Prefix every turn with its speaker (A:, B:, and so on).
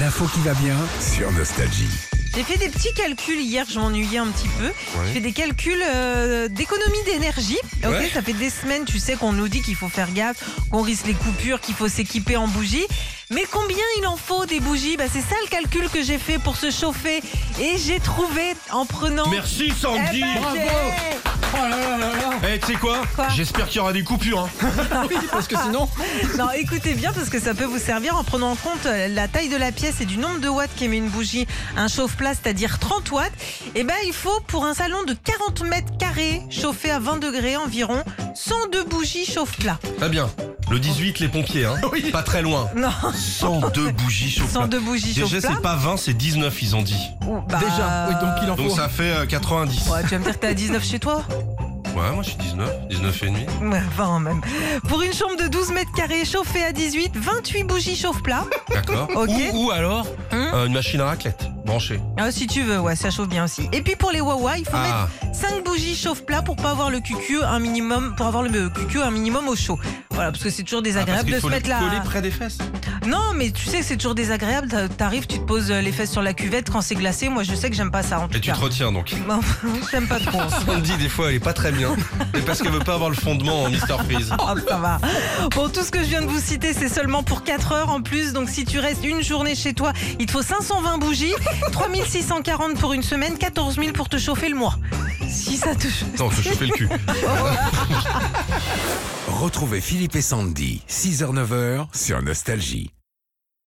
A: L'info qui va bien.
B: sur Nostalgie.
C: J'ai fait des petits calculs hier, je m'ennuyais un petit peu. Je fais des calculs euh, d'économie d'énergie. Ok,
B: Ouais.
C: ça fait des semaines, tu sais, qu'on nous dit qu'il faut faire gaffe, qu'on risque les coupures, qu'il faut s'équiper en bougies. Mais combien il en faut des bougies bah, C'est ça le calcul que j'ai fait pour se chauffer. Et j'ai trouvé en prenant.
D: Merci Sandy
C: Eh ben,
D: Bravo.
C: j'ai-
D: Eh, tu sais quoi,
C: Quoi
D: J'espère qu'il y aura des coupures. Hein.
A: Parce que sinon,
C: Ah. Non, écoutez bien parce que ça peut vous servir en prenant en compte euh, la taille de la pièce et du nombre de watts qu'émet une bougie, un chauffe-plat, c'est-à-dire 30 watts. Et ben, il faut pour un salon de 40 mètres carrés chauffé à 20 degrés environ 102 bougies chauffe-plat.
D: Très bien. Le 18, les pompiers. Hein. Pas très loin.
C: Non,
D: 102 bougies chauffe
C: 102 bougies
D: Déjà,
C: chauffe-plat.
D: c'est pas 20, c'est 19, ils ont dit.
C: Ou- bah,
A: déjà, oui, donc il en
D: Donc
A: faut.
D: ça fait euh, 90.
C: Ouais, tu vas me dire que t'es à 19 chez toi
D: Ouais, moi je suis 19, 19 et demi.
C: Ouais, 20 même. Pour une chambre de 12 mètres carrés chauffée à 18, 28 bougies chauffe-plat.
D: D'accord.
C: Ok.
D: Ou, ou alors,
C: Hum.
D: euh, une machine à raclette branchée.
C: Ah, si tu veux, ouais, ça chauffe bien aussi. Et puis pour les Wawa, il faut mettre
D: Ah,
C: 5 bougies chauffe-plat pour pas avoir le cucu un minimum pour avoir le cucu un minimum au chaud. Voilà parce que c'est toujours
D: Ah, parce
C: désagréable
D: qu'il
C: de se
D: faut les
C: mettre là.
D: coller près des fesses.
C: Non mais tu sais que c'est toujours désagréable, T'a- t'arrives, tu te poses euh, les fesses sur la cuvette quand c'est glacé. Moi je sais que j'aime pas ça en tout
D: Et tu
C: cas.
D: te retiens donc.
C: Bon, j'aime pas trop.
D: Sandy, des fois, elle est pas très bien. Mais parce qu'elle veut pas avoir le fondement en Mister Freeze.
C: Oh, ça va. Bon, tout ce que je viens de vous citer, c'est seulement pour 4 heures en plus. Donc, si tu restes une journée chez toi, il te faut 520 bougies, 3640 pour une semaine, 14 000 pour te chauffer le mois. Si ça te
D: Non, je fais le cul.
B: Retrouvez Philippe et Sandy,
A: 6h-9h,
B: sur Nostalgie.